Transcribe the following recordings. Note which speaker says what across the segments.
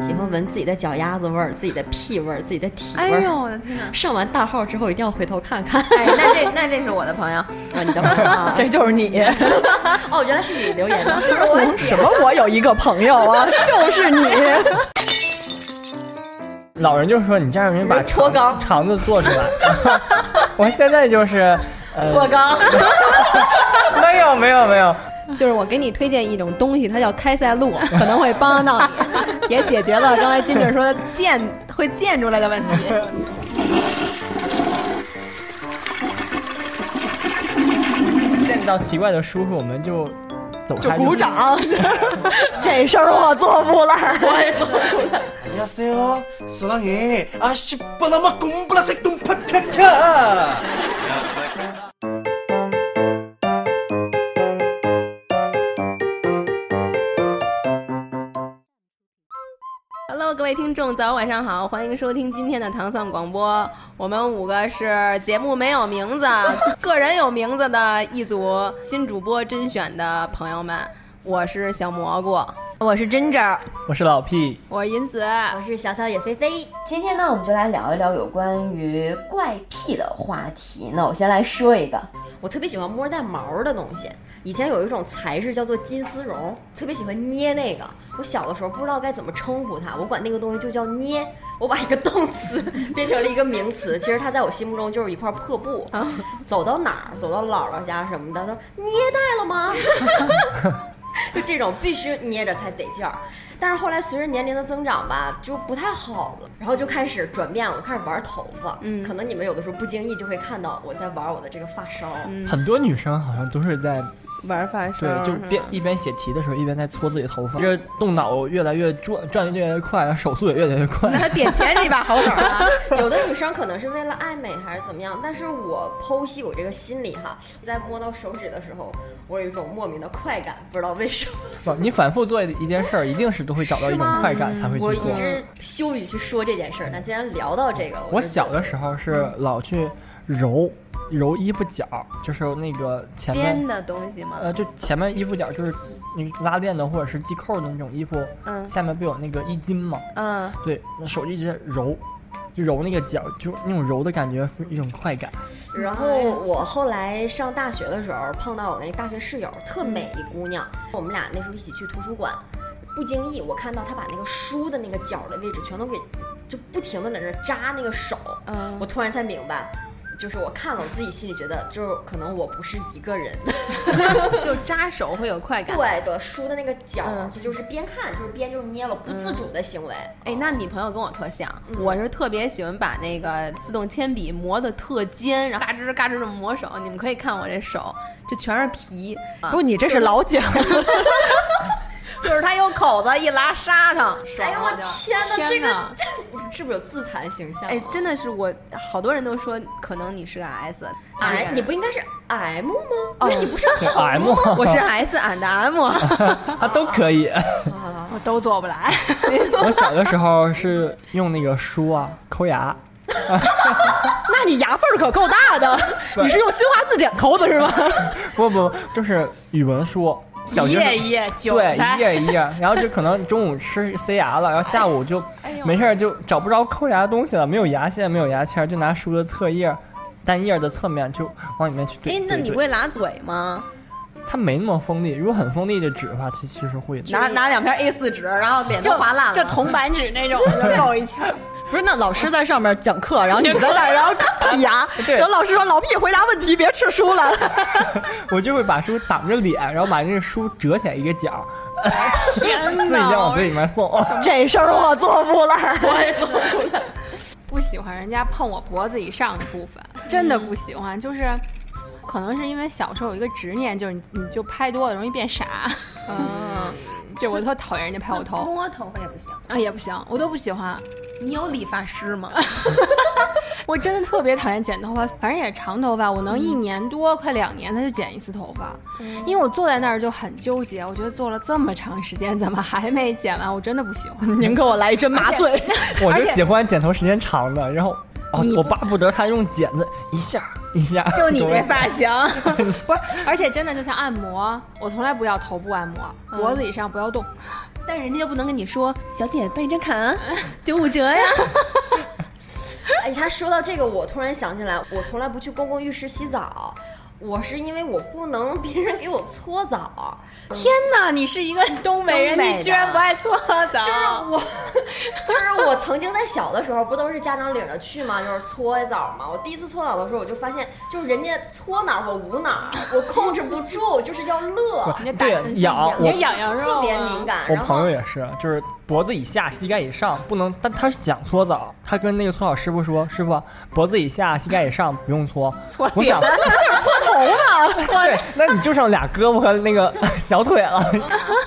Speaker 1: 喜欢闻自己的脚丫子味儿、自己的屁味儿、自己的体
Speaker 2: 哎
Speaker 1: 味儿。
Speaker 2: 呦我的天哪！
Speaker 1: 上完大号之后一定要回头看看。
Speaker 2: 哎，那这那这是我的朋 友，
Speaker 1: 啊，你的朋友啊 ，
Speaker 3: 这就是你。
Speaker 1: 哦，原来是你留言的。
Speaker 2: 就是我
Speaker 3: 什么？我有一个朋友啊， 就是你。
Speaker 4: 老人就说你这样容易把
Speaker 1: 人脱
Speaker 4: 肠
Speaker 1: 肛
Speaker 4: 肠子做出来。 我现在就是，
Speaker 2: 我
Speaker 4: 呃，
Speaker 2: 刚
Speaker 4: 没有没有没有，
Speaker 5: 就是我给你推荐一种东西，它叫开塞露， 可能会帮到你，也解决了刚才 Ginger 说溅会溅出来的问题。
Speaker 4: 见到奇怪的叔叔我们就走
Speaker 3: 就
Speaker 4: 开，
Speaker 3: 鼓。掌，这事儿我做不来。
Speaker 6: 안녕하세요수강이아씨바나마 공부라색 동파편차
Speaker 5: 哈喽，各位听众，早晚上好，欢迎收听今天的糖蒜广播。我们五个是节目没有名字，个人有名字的一组新主播甄选的朋友们。我是小蘑菇，
Speaker 2: 我是 Ginger，
Speaker 4: 我是老屁，
Speaker 5: 我是银子，
Speaker 1: 我是小小野菲菲，
Speaker 7: 今天呢，我们就来聊一聊有关于怪癖的话题。那我先来说一个，
Speaker 1: 我特别喜欢摸带毛的东西。以前有一种材质叫做金丝绒，特别喜欢捏那个。我小的时候不知道该怎么称呼它，我管那个东西就叫捏。我把一个动词变成了一个名词，其实它在我心目中就是一块破布。
Speaker 7: 哦
Speaker 1: 走到哪儿，走到姥姥家什么的，都说捏带了吗？ 就这种必须捏着才得劲儿。但是后来随着年龄的增长吧，就不太好了，然后就开始转变了，我开始玩头发。
Speaker 5: 嗯
Speaker 1: 可能你们有的时候不经意就会看到我在玩我的这个发梢。
Speaker 4: 很多女生好像都是在
Speaker 5: 玩发
Speaker 4: 对，
Speaker 1: 嗯
Speaker 5: 梢
Speaker 4: 就边一边写题的时候一边在搓自己头发，这动脑越来越转，转得越来越快，手速也越来越快
Speaker 5: 那。他点前这把好梗啊！
Speaker 1: 有的女生可能是为了爱美还是怎么样，但是我剖析我这个心理哈，在摸到手指的时候，我有一种莫名的快感，不知道为什么。
Speaker 4: 不，你反复做一件事儿，一定是都会找到一种
Speaker 1: 是吗
Speaker 4: 快感才会
Speaker 1: 我
Speaker 4: 去
Speaker 1: 一
Speaker 4: 做。
Speaker 1: 直羞于去说这件事儿，但既然聊到这个，
Speaker 4: 我
Speaker 1: 就
Speaker 4: 小的时候是老去揉揉衣服角儿，就是那个 前面
Speaker 5: 尖的东西吗？
Speaker 4: 呃，就前面衣服角儿就是你拉链的或者是系扣的那种衣服，
Speaker 5: 嗯
Speaker 4: 下面不有那个衣襟吗？
Speaker 5: 嗯，
Speaker 4: 对，那手就一直在揉，就揉那个角儿，就那种揉的感觉，一种快感。
Speaker 1: 然
Speaker 5: 嗯
Speaker 1: 后
Speaker 5: 哎
Speaker 1: 我后来上大学的时候碰到我那大学室友，特美
Speaker 5: 嗯
Speaker 1: 一姑娘，我们俩那时候一起去图书馆，不经意我看到她把那个书的那个角的位置全都给就不停的在那儿扎那个手，
Speaker 5: 嗯
Speaker 1: 我突然才明白。就是我看了，我自己心里觉得，就是可能我不是一个人。
Speaker 5: 就扎手会有快感。，
Speaker 1: 对的，书的那个角，
Speaker 5: 嗯
Speaker 1: 这就是边看就是边就是捏了，不自主的行为。
Speaker 5: 哎，那你朋友跟我特像，
Speaker 1: 嗯
Speaker 5: 我是特别喜欢把那个自动铅笔磨得特尖，然后嘎吱嘎吱这么磨手。你们可以看我这手，这全是皮，
Speaker 1: 嗯
Speaker 5: 啊
Speaker 3: 不，你这是老蒋，
Speaker 5: 就是它有口子，一拉沙它，爽
Speaker 1: 哎呦我
Speaker 5: 就
Speaker 1: 天哪，
Speaker 2: 天
Speaker 1: 这个
Speaker 2: 哪
Speaker 1: 这是不是有自残形象啊？
Speaker 5: 哎，真的是我，好多人都说可能你是个 S，啊
Speaker 1: 哎，你不应该是 M 吗？
Speaker 5: 哦
Speaker 1: 那你不是
Speaker 4: 对 M，
Speaker 5: 我是 S and M，
Speaker 4: 它都可以。
Speaker 2: 啊 我都做不来。
Speaker 4: 我小的时候是用那个梳啊抠牙，
Speaker 3: 那你牙缝儿可够大的。你是用新华字典抠的是吗？
Speaker 4: 不不，就是语文书，小
Speaker 2: 一
Speaker 4: 学
Speaker 2: 页
Speaker 4: 时候
Speaker 2: 一页韭
Speaker 4: 对
Speaker 2: 菜
Speaker 4: 一，页一页，然后就可能中午吃塞牙了，然后下午就
Speaker 2: 哎
Speaker 4: 没事儿就找不着抠牙的东西了，没有牙线，没有牙签儿，就拿书的侧页。单页的侧面就往里面去对，
Speaker 5: 哎，那
Speaker 4: 对
Speaker 5: 你
Speaker 4: 对
Speaker 5: 会拉嘴吗？
Speaker 4: 它没那么锋利，如果很锋利的纸的话，其其实会的。
Speaker 5: 拿拿两片 A4 纸，然后脸都
Speaker 2: 就
Speaker 5: 划烂了，
Speaker 2: 就铜板纸那种，就够一圈。
Speaker 3: 不是，那老师在上面讲课，然后你在那儿，然 后剔牙，
Speaker 4: 对
Speaker 3: 然后老师说老毕回答问题别吃书 了，
Speaker 4: 我就会把书挡着脸，然后把那个书折起来一个角儿，
Speaker 2: 天
Speaker 4: 自己再往嘴里面送。
Speaker 3: 这事儿我做不来。
Speaker 2: 不喜欢人家碰我脖子以上的部分，真的不喜欢，就是。可能是因为小时候有一个执念，就是你你就拍多了容易变傻，哦
Speaker 5: 嗯，
Speaker 2: 就我特讨厌人家拍我头
Speaker 5: 摸头发也不行。
Speaker 2: 啊，也不行，我都不喜欢，
Speaker 5: 你有理发师吗？
Speaker 2: 我真的特别讨厌剪头发，反正也是长头发，我能一年多、快两年才就剪一次头发，因为我坐在那儿就很纠结，我觉得坐了这么长时间，怎么还没剪完？我真的不喜欢。
Speaker 3: 您给我来一针麻醉，
Speaker 4: 我就喜欢剪头时间长的，然后啊，我巴不得他用剪子一下一下。就你这发型，
Speaker 2: 嗯不是，而且真的就像按摩，我从来不要头部按摩，脖子以上不要动，
Speaker 5: 但是人家又不能跟你说，小姐办一张卡 啊，九五折呀。
Speaker 1: 哎，他说到这个，我突然想起来，我从来不去公共浴室洗澡，我是因为我不能 别人给我搓澡，
Speaker 2: 天哪，你是一个东北人，
Speaker 7: 东北的
Speaker 2: 你居然不爱 搓澡？
Speaker 1: 就是我， 就是我曾经在小的时候，不都是家长领着去吗？就是搓澡嘛。我第一次搓澡的时候，我就发现，就是人家搓哪儿我捂哪儿，我控制不住，就是要乐，
Speaker 2: 你这胆
Speaker 4: 对痒，
Speaker 2: 你
Speaker 4: 我
Speaker 2: 这痒痒肉
Speaker 1: 特别
Speaker 2: 啊
Speaker 1: 敏感。
Speaker 4: 我
Speaker 1: 然后
Speaker 4: 朋友也是，就是脖子以下、膝盖以上不能，但他想搓澡，他跟那个搓澡师傅说：“师傅，啊脖子以下、膝盖以上不用搓。”
Speaker 2: 搓
Speaker 4: 我想，那 就是搓头嘛。对，那你就剩俩胳膊和那个小腿了。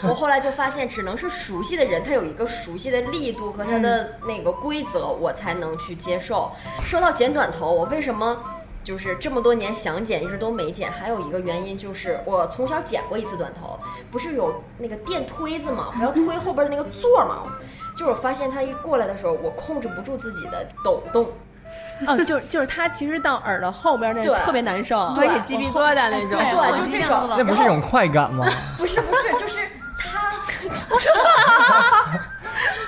Speaker 1: 我后来就发现，只能是熟悉的人，他有一个熟悉的力度和他的那个规则，我才能去接受。说到剪短头，我为什么？就是这么多年想剪一直都没剪，还有一个原因就是我从小剪过一次短头，不是有那个电推子嘛，还要推后边那个座儿嘛，就是我发现它一过来的时候，我控制不住自己的抖动，
Speaker 5: 哦，就是就是他其实到耳朵后边那
Speaker 1: 对
Speaker 5: 特别难受。
Speaker 2: 而且鸡皮疙瘩那种，
Speaker 1: 对
Speaker 2: 我
Speaker 1: 就
Speaker 2: 记
Speaker 1: 这
Speaker 2: 得
Speaker 1: 种
Speaker 2: 了
Speaker 4: 那不是一种快感吗？
Speaker 1: 不是不是，就是他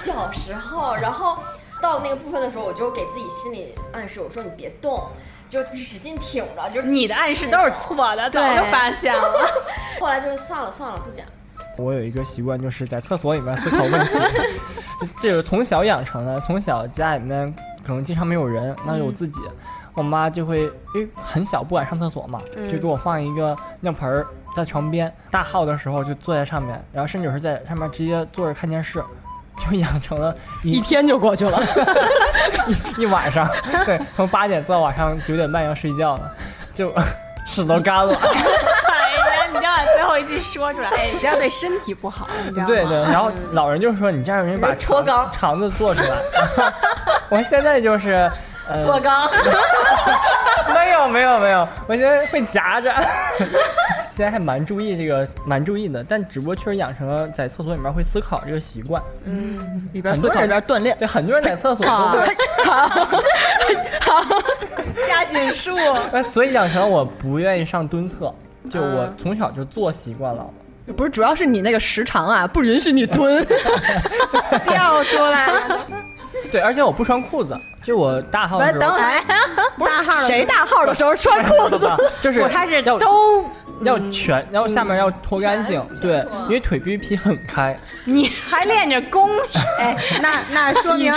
Speaker 1: 小时候，然后到那个部分的时候，我就给自己心里暗示，我说你别动，就使劲挺着，就是
Speaker 2: 你的暗示都是错的，早就发现了。
Speaker 1: 后来就是算了算了，不剪了。
Speaker 4: 我有一个习惯，就是在厕所里面思考 问题，就这是从小养成的。从小家里面可能经常没有人，那有自己，
Speaker 3: 嗯
Speaker 4: 我妈就会因为很小不敢上厕所嘛，
Speaker 3: 嗯
Speaker 4: 就给我放一个尿盆儿在床边，大号的时候就坐在上面，然后甚至是在上面直接坐着看电视， 就养成了
Speaker 3: 一
Speaker 4: 一
Speaker 3: 天就过去了。
Speaker 4: 一一晚上，对，从八点坐到晚上九点半要睡觉了，就屎都干了。
Speaker 2: 哎呀，你这把最后一句说出来，哎，你这样对身体不 好，你知道吗？
Speaker 4: 对对，然后老人就说你这样容易把
Speaker 1: 脱
Speaker 4: 肠
Speaker 1: 肛
Speaker 4: 肠子做出来。 我现在就是，
Speaker 1: 我
Speaker 4: 呃，
Speaker 1: 刚
Speaker 4: 没有没有没有，我现在会夹着。 现在还蛮注意这个，蛮注意的，但只不过确实养成了在厕所里面会思考这个习惯。
Speaker 3: 一边思考一边锻炼。
Speaker 4: 对，很多人在厕 所都
Speaker 3: 啊
Speaker 4: 会，
Speaker 1: 加紧 术，
Speaker 4: 呃所以养成了我不愿意上蹲厕，就我从小就坐习惯了。
Speaker 3: 不是，主要是你那个时长啊，不允许你蹲。
Speaker 2: 掉出来了。
Speaker 4: 对，而且我不穿裤子，就我大号的
Speaker 5: 哎，
Speaker 4: 时
Speaker 5: 等
Speaker 4: 候
Speaker 5: 会。儿，大号的
Speaker 3: 谁大号的时候穿裤子？
Speaker 4: 就是
Speaker 2: 不，他是
Speaker 4: 要
Speaker 2: 都
Speaker 4: 要全，要下面要脱干净，对，因为腿必须劈很开，
Speaker 2: 你还练着功，
Speaker 5: 哎，那那说 明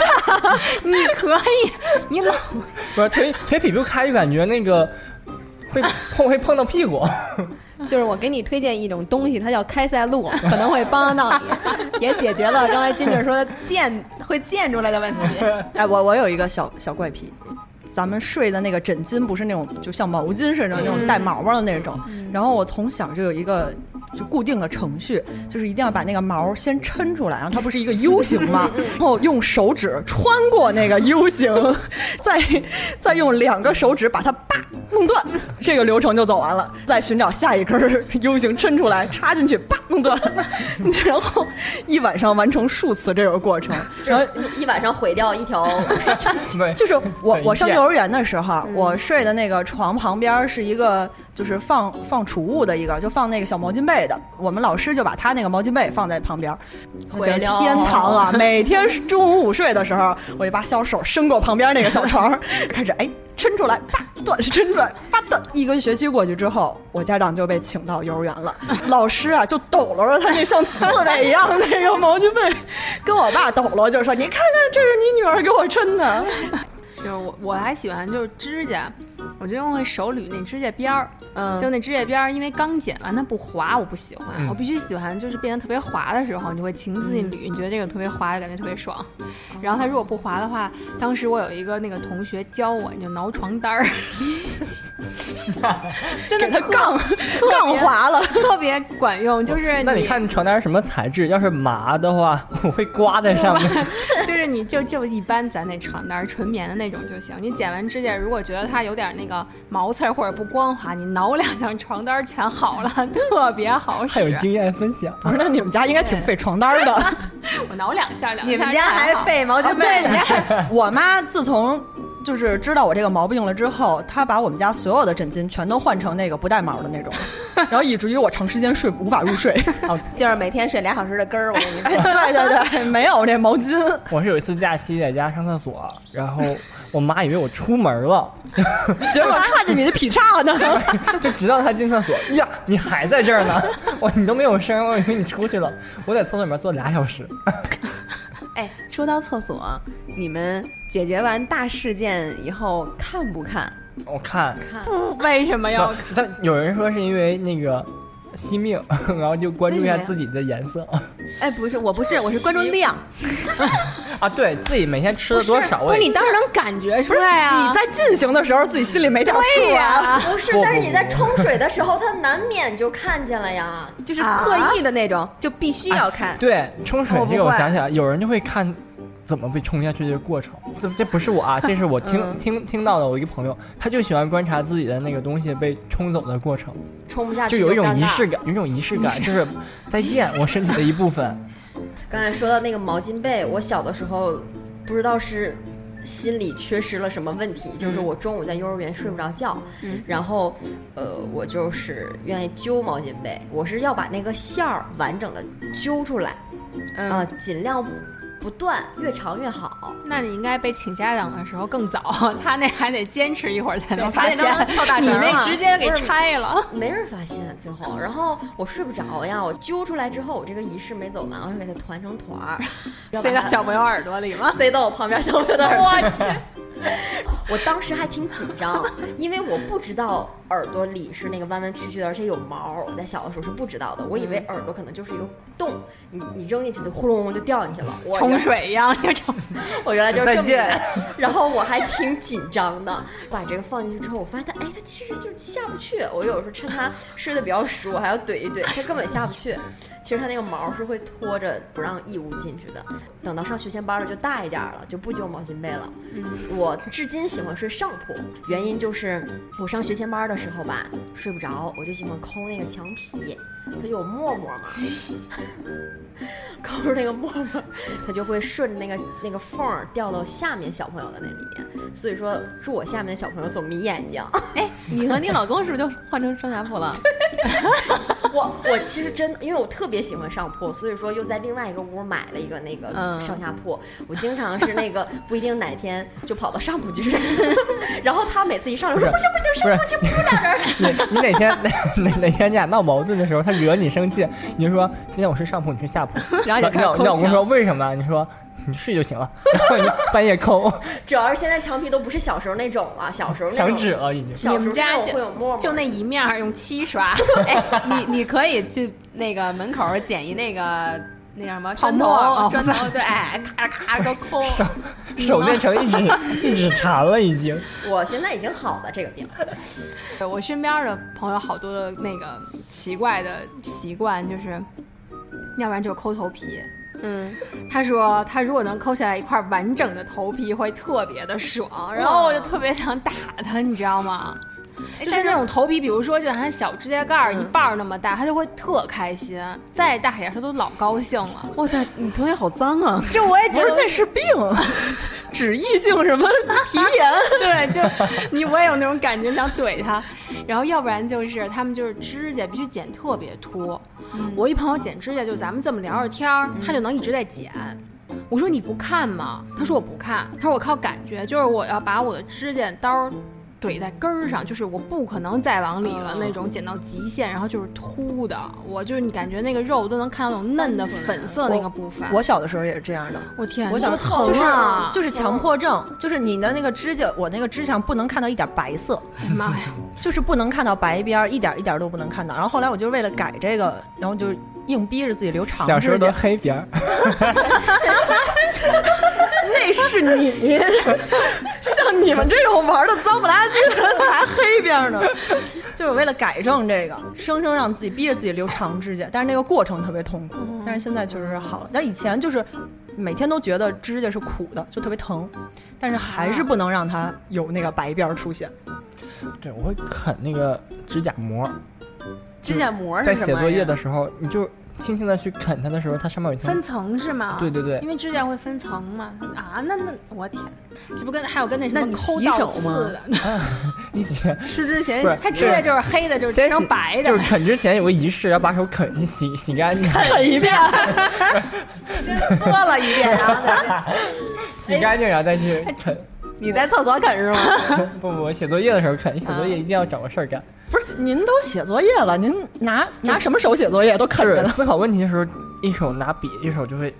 Speaker 2: 你可以，你老
Speaker 4: 不是腿腿劈不开就感觉那个会碰会碰到屁股，
Speaker 5: 就是我给你推荐一种东西，它叫开塞 露，可能会帮到你，也解决了刚才金志说溅会溅出来的问题。
Speaker 3: 哎，我我有一个小小怪癖，咱们睡的那个枕巾不是那种就像毛巾似的那种带毛毛的那种，然后我从小就有一个就固定的程序，就是一定要把那个毛先抻出来，然后它不是一个 U 型嘛，然后用手指穿过那个 U 型，再再用两个手指把它叭弄断，这个流程就走完了，再寻找下一根 U 型抻出来插进去，叭弄断， 然后一晚上完成数次这个过程，然后
Speaker 1: 一晚上毁掉一条。
Speaker 4: 对，
Speaker 3: 就是我
Speaker 4: 对
Speaker 3: 我上
Speaker 4: 一
Speaker 3: 幼
Speaker 4: 片
Speaker 3: 儿园的时候，我睡的那个床旁边是一个就是放放储物的一个，就放那个小毛巾被的。我们老师就把他那个毛巾被放在旁边，那简直天堂啊！每天中午午睡的时候，我就把小手伸过旁边那个小床，开始哎抻出来，啪断抻出来，啪断。一个学期过去之后，我家长就被请到幼儿园了，老师啊就抖搂着他那像刺猬一样的那个毛巾被，跟我爸抖搂，就说你看看这是你女儿给我抻的。
Speaker 2: 就是我我还喜欢就是指甲，我就用手捋那指甲边儿，
Speaker 5: 嗯
Speaker 2: 就那指甲边儿，因为刚剪完它不滑，我不喜欢，
Speaker 4: 嗯
Speaker 2: 我必须喜欢就是变得特别滑的时候，你就会情不自禁
Speaker 4: 嗯
Speaker 2: 捋，你觉得这个特别滑，感觉特别爽。
Speaker 4: 哦
Speaker 2: 然后它如果不滑的话，当时我有一个那个同学教我，你就挠床 单儿，
Speaker 3: 真的他杠杠滑了，
Speaker 2: 特别管用，就是
Speaker 4: 哦那你看床单是什么材质？要是麻的话， 我会刮在上面。
Speaker 2: 就是你就就一般咱那床单儿纯棉的那种就行。你剪完指甲，如果觉得它有点那个毛刺儿或者不光滑，你挠两下床单儿全好 了，特别好使。
Speaker 4: 还有经验分享，
Speaker 3: 不是？那你们家应该挺费床单儿 的。
Speaker 2: 我挠两下，两下
Speaker 5: 哦你们家还
Speaker 2: 还好。
Speaker 5: 费毛巾被呢？
Speaker 3: 我妈自从就是知道我这个毛病了之后，他把我们家所有的枕巾全都换成那个不带毛的那 种，然后以至于我长时间睡无法入睡。
Speaker 5: 就是每天睡俩小时的根儿，我跟你说。
Speaker 3: 对对对，没有这毛巾，
Speaker 4: 我是有一次假期在家上厕所，然后我妈以为我出门了，
Speaker 3: 结果看见你的劈叉呢。
Speaker 4: 就直到她进厕所，呀，你还在这儿呢， 我你都没有声，我以为你出去了，我在厕所里面坐俩小时。
Speaker 5: 哎，说到厕所，你们解决完大事件以后看不看？
Speaker 4: 我看，
Speaker 2: 为什么要
Speaker 4: 不但有人说是因为那个惜命， 然后就关注一下自己的颜色
Speaker 5: 哎，不是，我不是，我是关注量。
Speaker 4: 啊，对自己每天吃了多少
Speaker 2: 不
Speaker 4: 我
Speaker 2: 是
Speaker 4: 也
Speaker 2: 你当时能感觉出来啊！
Speaker 3: 你在进行的时候自己心里没点数啊？
Speaker 1: 不是
Speaker 4: 不，
Speaker 1: 但是
Speaker 4: 不
Speaker 1: 你
Speaker 4: 不
Speaker 1: 在
Speaker 4: 不
Speaker 1: 冲水的时候，他难免就看见了呀。
Speaker 5: 就是
Speaker 3: 啊
Speaker 5: 特意的那种，就必须要看。
Speaker 3: 哎
Speaker 4: 对冲水
Speaker 2: 我不
Speaker 4: 这个，我
Speaker 2: 会
Speaker 4: 想起来，有人就会看怎么被冲下去这个过程。这这不是我 啊，这是我听、听听到的。我一个朋友，他就喜欢观察自己的那个东西被冲走的过程，
Speaker 1: 冲不下
Speaker 4: 就
Speaker 1: 去
Speaker 4: 有一种
Speaker 1: 尴
Speaker 4: 仪
Speaker 1: 尬
Speaker 4: 式感，有一种仪式 感，就是再见，我身体的一部分。
Speaker 1: 刚才说到那个毛巾被，我小的时候不知道是心理缺失了什么问题，
Speaker 2: 嗯
Speaker 1: 就是我中午在幼儿园睡不着觉，然后呃，我就是愿意揪毛巾被，我是要把那个线儿完整的揪出来
Speaker 5: 嗯
Speaker 1: 啊、尽量不不断，越长越好。
Speaker 2: 那你应该被请家长的时候更早，他那还得坚持一会儿才能
Speaker 5: 对
Speaker 2: 发
Speaker 5: 他那
Speaker 2: 现
Speaker 5: 都能跳大， 啊
Speaker 2: 你
Speaker 5: 绳儿
Speaker 2: 那
Speaker 1: 了
Speaker 2: 直接给
Speaker 1: 不是
Speaker 2: 拆了。
Speaker 1: 啊没人发现最后，然后我睡不着呀，我揪出来之后，我这个仪式没走完，我就给它团成团儿，要把
Speaker 2: 塞到
Speaker 1: 它
Speaker 2: 小朋友耳朵里了。
Speaker 1: 塞到我 旁边小朋友的耳朵
Speaker 2: 我去，
Speaker 1: 我当时还挺紧张，因为我不知道耳朵里是那个弯弯曲曲的，而且有毛。我在小的时候是不知道的，我以为耳朵可能就是一个洞，你你扔进去就呼隆就掉进去了。我
Speaker 2: 冲
Speaker 1: 原
Speaker 2: 水一样就冲。
Speaker 1: 我原来就是这
Speaker 4: 再
Speaker 1: 么
Speaker 4: 见
Speaker 1: 以为。 然后我还挺紧张的，把这个放进去之后，我发现它，哎，它其实就是下不去。我有时候趁它睡得比较熟，我还要怼一怼，它根本下不 去。其实它那个毛是会拖着不让异物进去的。等到上学前班了，就大一点了，就不揪毛巾被了。
Speaker 4: 嗯
Speaker 1: 我至今喜欢睡上铺，原因就是我上学前班的时候吧，睡不着，我就喜欢抠那个墙皮，它就有沫沫嘛， 抠着那个沫沫，它就会顺着那个那个缝儿掉到下面小朋友的那里面。所以说，住我下面的小朋友总迷眼睛。
Speaker 5: 你和你老公是不是就换成上下铺了？
Speaker 1: 我我其实真的，因为我特别喜欢上铺，所以说又在另外一个屋买了一个那个
Speaker 5: 嗯
Speaker 1: 上下铺。我经常是那个不一定哪天就跑到上铺去睡，然后他每次一上来我说
Speaker 4: 不
Speaker 1: 不
Speaker 4: 是
Speaker 1: 行不行，
Speaker 4: 不是
Speaker 1: 上铺就不是俩人。
Speaker 4: 你你哪天 哪哪哪天你俩闹矛盾的时候，他惹你生气，你就说今天我睡上铺，你睡下铺。
Speaker 5: 然后
Speaker 4: 你
Speaker 5: 就开始
Speaker 4: 老
Speaker 5: 抠
Speaker 4: 你老公
Speaker 5: 墙
Speaker 4: 说为什么？你说你睡就行了，然后你就半夜抠
Speaker 1: 主要是现在墙皮都不是小时候那种了，小时候那种
Speaker 4: 墙纸了已经。
Speaker 1: 小
Speaker 2: 你
Speaker 1: 时
Speaker 2: 们
Speaker 1: 候
Speaker 2: 家
Speaker 1: 那
Speaker 2: 就
Speaker 1: 种会有沫沫，
Speaker 2: 就那一面儿用漆刷，
Speaker 5: 哎，你你可以去那个门口儿捡一那个那叫什么
Speaker 2: 泡
Speaker 5: 砖
Speaker 2: 沫
Speaker 5: 头，
Speaker 2: 哦
Speaker 5: 砖头对，哎，咔咔都抠。
Speaker 4: 手手变成一指一指禅了，已经。
Speaker 1: 我现在已经好了这个病，
Speaker 2: 我身边的朋友好多的那个奇怪的习惯，就是要不然就是抠头皮。
Speaker 5: 嗯，
Speaker 2: 他说他如果能抠下来一块完整的头皮，会特别的爽。然后我就特别想打他，你知道吗？就是那种头皮，比如说就好像小指甲盖儿一半儿那么大，他就会特开心。再大一点，他都老高兴了。
Speaker 5: 哇塞，你同学好脏啊！
Speaker 2: 就我也
Speaker 3: 不是，那是病，
Speaker 2: 哎
Speaker 3: 脂溢性什么 皮炎。
Speaker 2: 对，就你我也有那种感觉，想怼他。然后要不然就是他们就是指甲必须剪特别秃。
Speaker 3: 嗯
Speaker 2: 我一朋友剪指甲，就咱们这么聊着天儿，他就能一直在剪。我说你不看吗？他说我不看。他说我靠感觉，就是我要把我的指甲刀儿怼在根儿上，就是我不可能再往里
Speaker 3: 嗯
Speaker 2: 了那种，剪到极限，然后就是秃的。我就是你感觉那个肉都能看到那种嫩的粉色那个部分。
Speaker 3: 我小的时候也是这样的，
Speaker 2: 我天，
Speaker 3: 我小
Speaker 2: 那
Speaker 3: 时候
Speaker 2: 多
Speaker 3: 就是
Speaker 2: 疼啊！嗯
Speaker 3: 就是强迫症，就是你的那个指甲，我那个指甲上不能看到一点白色，
Speaker 2: 妈呀！
Speaker 3: 就是不能看到白边儿，一点一点都不能看到。然后后来我就是为了改这个，然后就硬逼着自己留长
Speaker 4: 小时候
Speaker 3: 指
Speaker 4: 的
Speaker 3: 甲。
Speaker 4: 黑边儿，
Speaker 3: 那是你，像你们这种玩的脏不拉几的才黑边儿呢。就是为了改正这个，生生让自己逼着自己留长指甲，但是那个过程特别痛苦。但是现在确实是好了，但以前就是每天都觉得指甲是苦的，就特别疼，但是还是不能让它有那个白边儿出现。
Speaker 4: 对我会啃那个指甲膜。
Speaker 5: 指甲膜
Speaker 4: 在
Speaker 5: 是什
Speaker 4: 写
Speaker 5: 么呀？
Speaker 4: 作业的时候，你就轻轻的去啃它的时候，它上面有一层
Speaker 2: 分，层是吗？
Speaker 4: 对对对
Speaker 2: 因为指甲会分层嘛。啊，那那我天，这不跟还有跟那什
Speaker 5: 那
Speaker 2: 么
Speaker 5: 你
Speaker 2: 抠
Speaker 5: 洗
Speaker 2: 倒
Speaker 5: 手
Speaker 2: 刺
Speaker 5: 吗
Speaker 2: 的，
Speaker 4: 你先
Speaker 5: 吃之前
Speaker 4: 不是
Speaker 2: 它指甲就是黑的，就是切成
Speaker 4: 洗
Speaker 2: 白的
Speaker 4: 就。是啃之前有个仪式，要把手啃洗洗干净，
Speaker 2: 一遍，
Speaker 7: 缩了一遍啊，
Speaker 4: 洗干净然后再去啃。
Speaker 5: 你在厕所啃是 吗？
Speaker 4: 不不，我写作业的时候啃，写作业一定要找个事儿干。
Speaker 3: 不是，您都写作业了，您拿拿什么手写作业都啃
Speaker 4: 就
Speaker 3: 着
Speaker 4: 是
Speaker 3: 呢。
Speaker 4: 思考问题的时候，一手拿笔，一手就会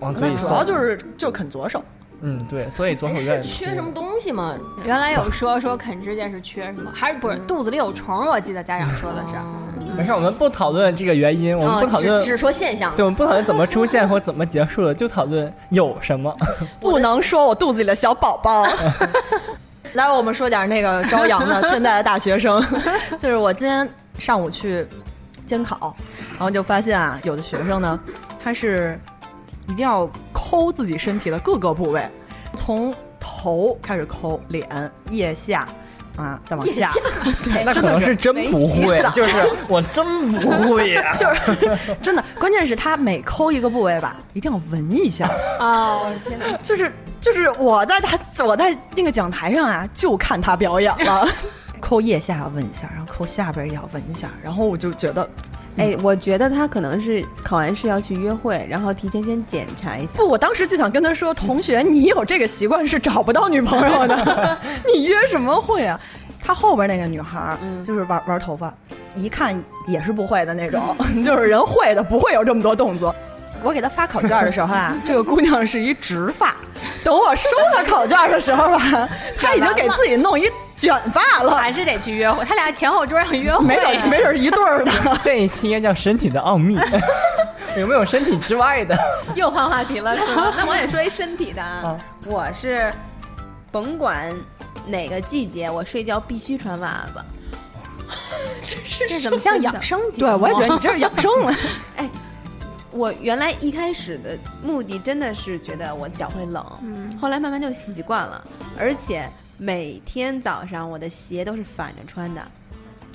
Speaker 4: 往嘴
Speaker 3: 那
Speaker 4: 里
Speaker 3: 主
Speaker 4: 放。
Speaker 3: 要就是就啃左手，
Speaker 4: 嗯，对，所以左手
Speaker 1: 哎是
Speaker 4: 愿意
Speaker 1: 缺什么东西吗？
Speaker 2: 原来有说说啃指甲是缺什么，还是不是肚子里有虫？我记得家长说的是。
Speaker 4: 没事，我们不讨论这个原因，我们
Speaker 1: 哦
Speaker 4: 不讨论，
Speaker 1: 啊只只说现象。
Speaker 4: 对，我们不讨论怎么出现或怎么结束的，就讨论有什么。
Speaker 3: 不能说我肚子里的小宝宝。 来，我们说点那个朝阳 的现在的大学生，就是我今天上午去监考，然后就发现啊，有的学生呢，他是一定要抠自己身体的各个部位，从头开始抠，脸、腋下啊，再往下，对，
Speaker 4: 那可
Speaker 3: 真的
Speaker 4: 能是真不会，就是我真不会呀、
Speaker 3: 就是 真的，关键是他每抠一个部位吧，一定要闻一下。
Speaker 2: 啊，我的天哪！
Speaker 3: 就是就是我在他我在那个讲台上啊，就看他表演了， 抠腋下闻一下，然后抠下边也要闻一下，然后我就觉得
Speaker 4: 嗯
Speaker 5: 哎，我觉得他可能是考完试要去约会，然后提前先检查一下。
Speaker 3: 不，我当时就想跟他说，同学，你有这个习惯是找不到女朋友的， 你约什么会啊？他后边那个女孩儿就是玩、玩头发，一看也是不会的那种， 就是人会的不会有这么多动作。我给她发考卷的时候啊，这个姑娘是一直发。等我收她考卷的时候啊吧， 她已经给自己弄一卷发 了，
Speaker 2: 还是得去约会，他俩前后桌上约 会，
Speaker 3: 没准没准儿一对儿的。
Speaker 4: 这一期应该叫《身体的奥秘》，有没有身体之外的？
Speaker 5: 又换话题了，是吗？那我也说一身体的，啊
Speaker 4: 啊、
Speaker 5: 我是甭管哪个季节，我睡觉必须穿袜子。
Speaker 2: 这怎么像养生节 目？
Speaker 3: 对，我也觉得你这是养生 了。
Speaker 5: 我原来一开始的目的真的是觉得我脚会冷，后来慢慢就习惯了，而且每天早上我的鞋都是反着穿的，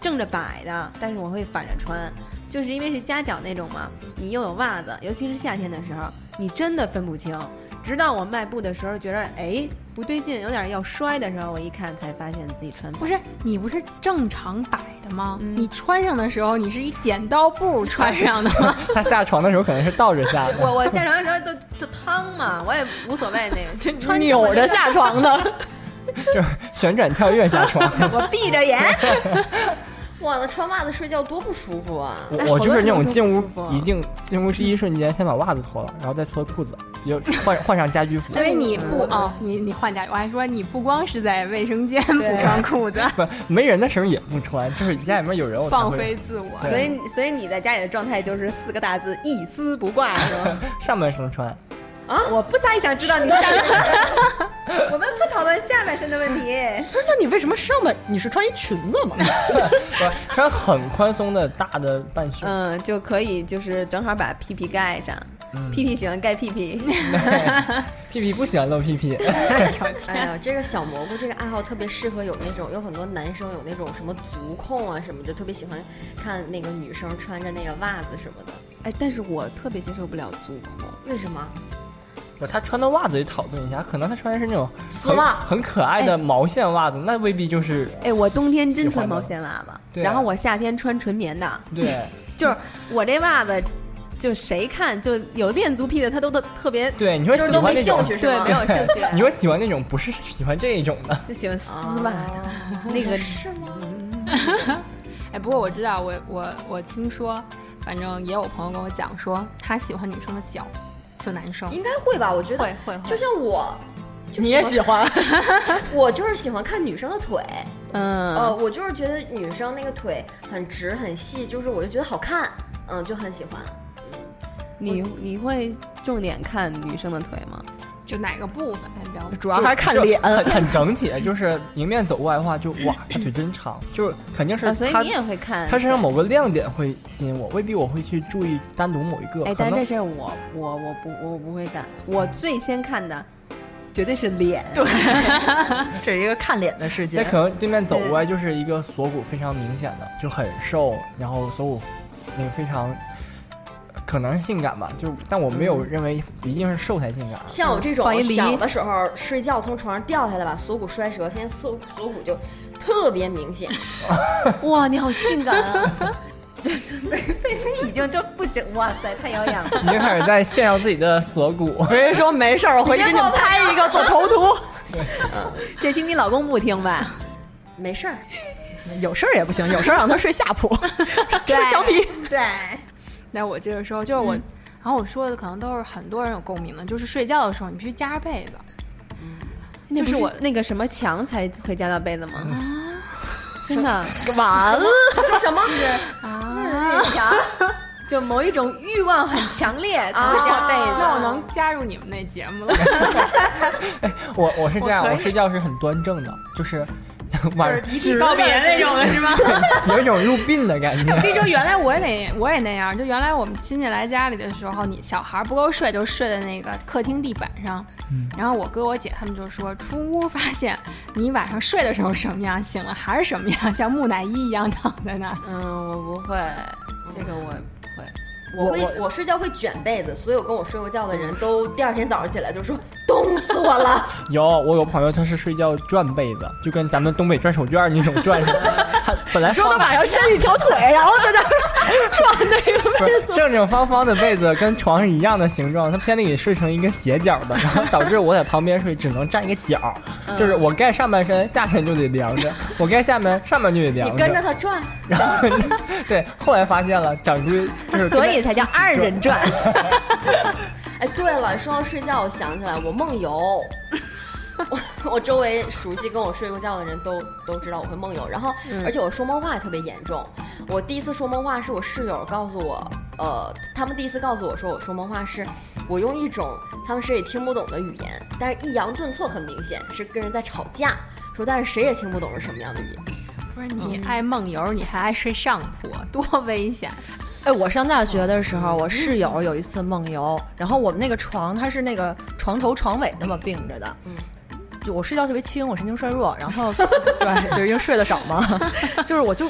Speaker 5: 正着摆的，但是我会反着穿，就是因为是夹脚那种嘛，你又有袜子，尤其是夏天的时候，你真的分不清。直到我迈步的时候觉得哎不对劲，有点要摔的时候，我一看才发现自己穿反
Speaker 2: 不是你不是正常摆的吗？
Speaker 5: 嗯
Speaker 2: 你穿上的时候，你是一剪刀布穿上的吗？
Speaker 4: 他下床的时候可能是倒着下的，
Speaker 5: 我我下床的时候都都汤嘛，我也无所谓那个，穿
Speaker 3: 扭着
Speaker 5: 下床。
Speaker 3: 床的，
Speaker 4: 就是旋转跳跃下床。
Speaker 5: 我闭着眼，
Speaker 1: 哇，那穿袜子睡觉多不舒服 啊！
Speaker 4: 我
Speaker 5: 哎
Speaker 4: 我就是那
Speaker 5: 好
Speaker 4: 种
Speaker 5: 多
Speaker 4: 进
Speaker 5: 人
Speaker 4: 屋
Speaker 5: 都不舒服
Speaker 4: 一定进屋第一瞬间先把袜子脱了，然后再脱裤子，就换换上家居服。
Speaker 2: 所以你不哦，你你换家，我还说你不光是在卫生间不
Speaker 5: 对
Speaker 2: 穿裤子，
Speaker 4: 不没人的时候也不穿，就是家里面有人我才
Speaker 2: 放
Speaker 4: 会
Speaker 2: 飞自我。
Speaker 4: 对
Speaker 5: 所以你所以你在家里的状态就是四个大字一丝不挂，是 吗？啊
Speaker 4: 上半身穿。
Speaker 5: 我不太想知道你下半身，我们不讨论下半身的问题。
Speaker 3: 不是？那你为什么上半你是穿一裙子吗？
Speaker 4: 不穿很宽松的大的半 袖，
Speaker 5: 嗯，就可以就是正好把屁屁盖上，屁屁喜欢盖屁屁，嗯
Speaker 4: 屁屁不喜欢露屁屁，
Speaker 1: 哎呀，这个小蘑菇这个爱好特别适合有那种有很多男生有那种什么足控啊什么的，特别喜欢看那个女生穿着那个袜子什么的。
Speaker 5: 哎，但是我特别接受不了足控，
Speaker 1: 为什么？
Speaker 4: 不他穿的袜子也讨论一下，可能他穿的是那种
Speaker 1: 丝
Speaker 4: 很
Speaker 1: 袜
Speaker 4: 很可爱的毛线袜子，那未必就是
Speaker 5: 哎，我冬天
Speaker 4: 喜
Speaker 5: 真
Speaker 4: 欢
Speaker 5: 穿
Speaker 4: 吗
Speaker 5: 毛线袜子，
Speaker 4: 对啊
Speaker 5: 然后我夏天穿纯棉的，
Speaker 4: 对
Speaker 5: 就是我这袜子，就谁看就有练足癖的，他都特特别
Speaker 4: 对，你会
Speaker 1: 就是
Speaker 4: 喜
Speaker 1: 都
Speaker 4: 欢
Speaker 1: 没
Speaker 4: 那
Speaker 1: 兴
Speaker 4: 种，
Speaker 1: 趣是
Speaker 5: 对
Speaker 1: 吗？
Speaker 5: 没有
Speaker 4: ，
Speaker 5: 兴趣
Speaker 4: 你会喜欢那种不是喜欢这一种 的，
Speaker 5: 就喜欢丝
Speaker 1: 啊
Speaker 5: 袜的。 那个
Speaker 1: 是吗？
Speaker 2: 哎，不过我知道，我我我听说，反正也有朋友跟我讲说，他喜欢女生的脚，就男生
Speaker 1: 应该会吧，我觉
Speaker 2: 会
Speaker 1: 得。
Speaker 2: 会会
Speaker 1: 就，像我，就
Speaker 3: 你也喜 欢？
Speaker 1: 我就是喜欢看女生的腿。呃，
Speaker 5: 嗯，
Speaker 1: 我就是觉得女生那个腿很直很细，就是我就觉得好看，嗯，就很喜欢。
Speaker 5: 你你会重点看女生的腿吗？
Speaker 2: 就哪个部分他 比较
Speaker 3: 主要还是看
Speaker 4: 就
Speaker 3: 脸。
Speaker 4: 很很整体，就是迎面走过来 的话，就哇，他腿真长，就是肯定是
Speaker 5: 啊，所以
Speaker 4: 他
Speaker 5: 你也会看
Speaker 4: 他身上某个亮点会吸引我，未必我会去注意单独某一个
Speaker 5: 哎，，
Speaker 4: 可
Speaker 5: 但是
Speaker 4: 能
Speaker 5: 这事儿我我我不我不会干，我最先看的绝对是脸。对，
Speaker 3: 这是一个看脸的世
Speaker 4: 那
Speaker 3: 界。，
Speaker 4: 可能对面走过来就是一个锁骨非常明显的，就很瘦，然后锁骨那个非常呃可能是性感吧，就但我没有认为一定是瘦才性感。啊
Speaker 1: 像我这种
Speaker 2: 放一梨
Speaker 1: 小的时候睡觉从床上掉下来把锁骨摔折，现在锁锁骨就特别明显。
Speaker 5: 哇，你好性感啊！ 贝贝已经这不仅哇塞，太耀眼了。
Speaker 2: 嗯
Speaker 4: 你就开始在炫耀自己的锁骨
Speaker 3: 人家说没事儿，我回去给你们拍啊一个做头 图。
Speaker 5: 这期你老公不听吧？
Speaker 1: 没事儿，
Speaker 3: 有事儿也不行，有事儿让他睡下 铺，吃墙皮。
Speaker 5: 对，
Speaker 2: 那我接着说，就是我，然后我说的可能都是很多人有共鸣的，就是睡觉的时候你必须夹着被子。
Speaker 5: 那
Speaker 2: 就是是
Speaker 5: 我啊
Speaker 2: 我
Speaker 5: 那个什么墙才会夹到被子吗？ 真 的
Speaker 3: 完了，
Speaker 5: 墙，就某一种欲望很强烈才会夹被子。
Speaker 2: 啊
Speaker 5: 啊
Speaker 2: 那我能加入你们那节目了。
Speaker 4: 我我是这样，
Speaker 2: 我可以
Speaker 4: 我睡觉是很端正的，就是 晚上
Speaker 2: 一告别那种的是吗？
Speaker 4: 有一种入病的感觉。
Speaker 2: 跟你说，原来我也那我也那样，就原来我们亲戚来家里的时候，你小孩不够睡，就睡在那个客厅地板上。然后我哥我姐他们就说，出屋发现你晚上睡的时候什么样，醒了还是什么样，像木乃伊一样躺在那儿。
Speaker 5: 嗯，我不会，这个我不会。
Speaker 1: 我会我睡觉会卷被子，所有跟我睡过觉的人都第二天早上起来就说冻死我了。
Speaker 4: 有我有朋友，他是睡觉转被子，就跟咱们东北转手绢儿那种转上。 他本来
Speaker 3: 说
Speaker 4: 放
Speaker 3: 他晚上伸一条腿，然后在那儿转那个
Speaker 4: 不是正正方方的被子跟床是一样的形状，他偏得给睡成一个斜角的，然后导致我在旁边睡只能占一个角，就是我盖上半身，下身就得凉着；我盖下面，上面就得凉
Speaker 1: 你
Speaker 4: 着。
Speaker 1: 跟着他转，
Speaker 4: 然后 对，后来发现了，长规就是
Speaker 5: 所以才叫二人 转。
Speaker 1: 哎，对了，说到睡觉，我想起来我梦游。我我周围熟悉跟我睡过觉的人都都知道我会梦游，然后、而且我说梦话也特别严重。我第一次说梦话是我室友告诉我，呃，他们第一次告诉我说我说梦话是，我用一种他们谁也听不懂的语言，但是抑扬顿挫很明显，是跟人在吵架，说但是谁也听不懂是什么样的语言。
Speaker 2: 不是你爱梦游，你还爱睡上铺，多危险！
Speaker 3: 哎，我上大学的时候，我室友有一次梦游，然后我们那个床它是那个床头床尾那么并着的，就我睡觉特别轻，我神经衰弱， 然后对，就因为睡得少嘛， 就是我就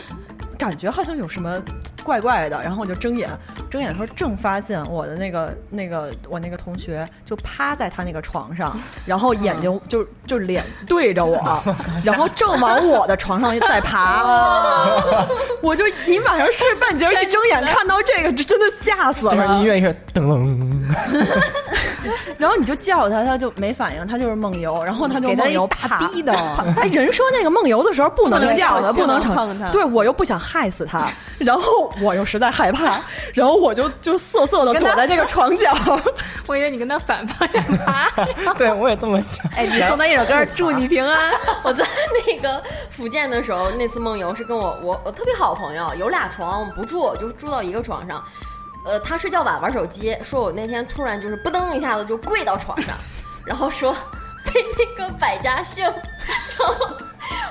Speaker 3: 感觉好像有什么怪怪的，然后我就睁眼，睁眼的时候正发现我的那个那个我那个同学就趴在他那个床 上，然后眼睛就就脸对着 我，然后正往我的床上在 爬，我就你晚上睡半截儿，一睁眼看到这个，这真的吓死了。
Speaker 4: 这边音乐一下噔噔，
Speaker 3: 然后你就叫他，他就没反应，他就是梦游，然后他就
Speaker 5: 给他
Speaker 3: 梦
Speaker 5: 一
Speaker 3: 游
Speaker 5: 大
Speaker 3: 爬。
Speaker 5: 逼斗
Speaker 3: 哎，人说那个梦游的时候不能叫他，
Speaker 5: 不
Speaker 3: 不
Speaker 5: 能
Speaker 3: 能
Speaker 5: 碰
Speaker 3: 吵
Speaker 5: 他
Speaker 3: 对我又不想害死他，然后我又实在害怕，然后我就就瑟瑟的躲在那个床角。
Speaker 2: 我以为你跟他反方向爬。
Speaker 4: 对我也这么想。
Speaker 5: 哎，你送他一首歌《祝你平安》，
Speaker 1: 我在那个福建的时候，那次梦游是跟我我我特别好朋友，有俩床，我们不住，就住到一个床上。呃，他睡觉晚玩手机，说我那天突然就是扑噔一下子就跪到床上，然后说被那个百家姓，然后